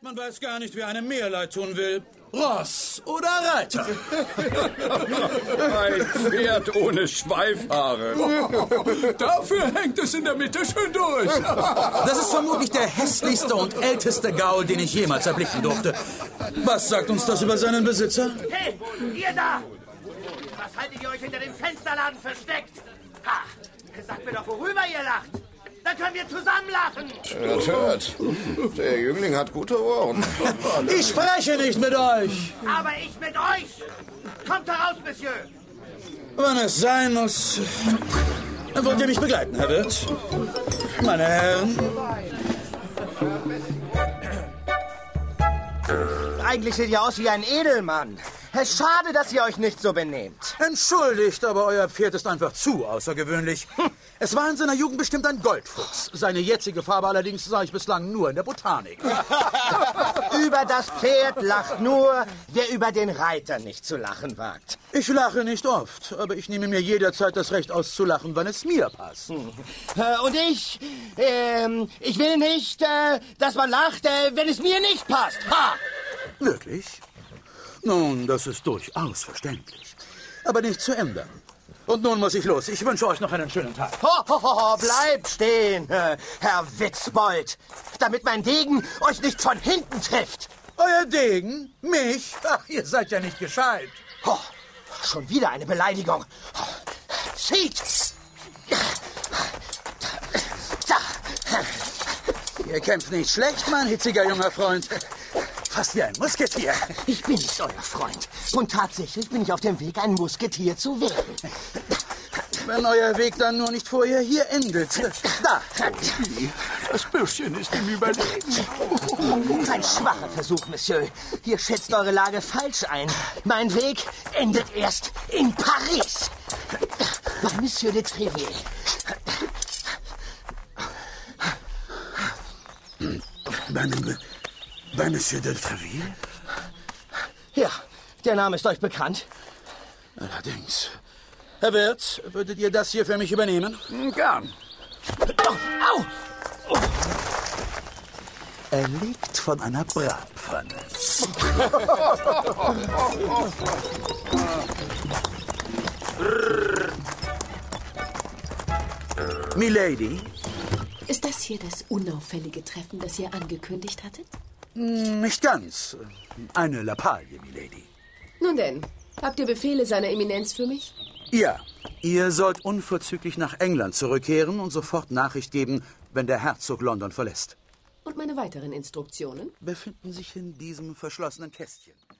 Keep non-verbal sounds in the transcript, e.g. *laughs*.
Man weiß gar nicht, wie einem mehr leid tun will. Ross oder Reiter. Ein Pferd ohne Schweifhaare. *laughs* Dafür hängt es in der Mitte schön durch. *laughs* Das ist vermutlich der hässlichste und älteste Gaul, den ich jemals erblicken durfte. Was sagt uns das über seinen Besitzer? Hey, ihr da! Was haltet ihr euch hinter dem Fensterladen versteckt? Ha! Sagt mir doch, worüber ihr lacht! Dann können wir zusammen lachen! Hört, hört. Der Jüngling hat gute Ohren. Ich spreche nicht mit euch. Aber ich mit euch! Kommt heraus, Monsieur! Wann es sein muss. Wollt ihr mich begleiten, Herr Wirt? Meine Herren, Eigentlich seht ihr aus wie ein Edelmann. Es schade, dass ihr euch nicht so benehmt. Entschuldigt, aber euer Pferd ist einfach zu *laughs* außergewöhnlich. Es war in seiner Jugend bestimmt ein Goldfuchs. Seine jetzige Farbe allerdings sah ich bislang nur in der *laughs* Botanik. Über das Pferd lacht nur, wer über den Reiter nicht zu lachen wagt. Ich lache nicht oft, aber ich nehme mir jederzeit das Recht auszulachen, wann es mir passt. Äh, Und ich, ähm, ich will nicht, äh, dass man lacht, äh, wenn es mir nicht passt. Ha! Wirklich? Nun, das ist durchaus verständlich. Aber nicht zu ändern. Und nun muss ich los. Ich wünsche euch noch einen schönen Tag. Ho, ho, ho, ho, bleibt stehen, äh, Herr Witzbold, damit mein Degen euch nicht von hinten trifft. Euer Degen? Mich? Ach, ihr seid ja nicht gescheit. Ho, schon wieder eine Beleidigung. Ho, zieht! Da. Ihr kämpft nicht schlecht, mein hitziger junger Freund. Fast wie ein Musketier. Ich bin nicht euer Freund. Und tatsächlich bin ich auf dem Weg, ein Musketier zu werden. *laughs* Wenn euer Weg dann nur nicht vorher hier endet. Da, Das Bürschchen ist im Überleben. Ein schwacher Versuch, Monsieur. Ihr schätzt eure Lage falsch ein. Mein Weg endet erst in Paris. Bei Monsieur de Treville. bei, bei Monsieur de Treville? Ja, der Name ist euch bekannt. Allerdings. Herr Wirt, würdet ihr das hier für mich übernehmen? Gern. Au! Er liegt von einer Bratpfanne. Milady? Ist das hier das unauffällige Treffen, das ihr angekündigt hattet? Hm, Nicht ganz. Eine Lappalie, Milady. Nun denn, habt ihr Befehle seiner Eminenz für mich? Ja, ihr sollt unverzüglich nach England zurückkehren und sofort Nachricht geben, wenn der Herzog London verlässt. Und meine weiteren Instruktionen? Befinden sich in diesem verschlossenen Kästchen.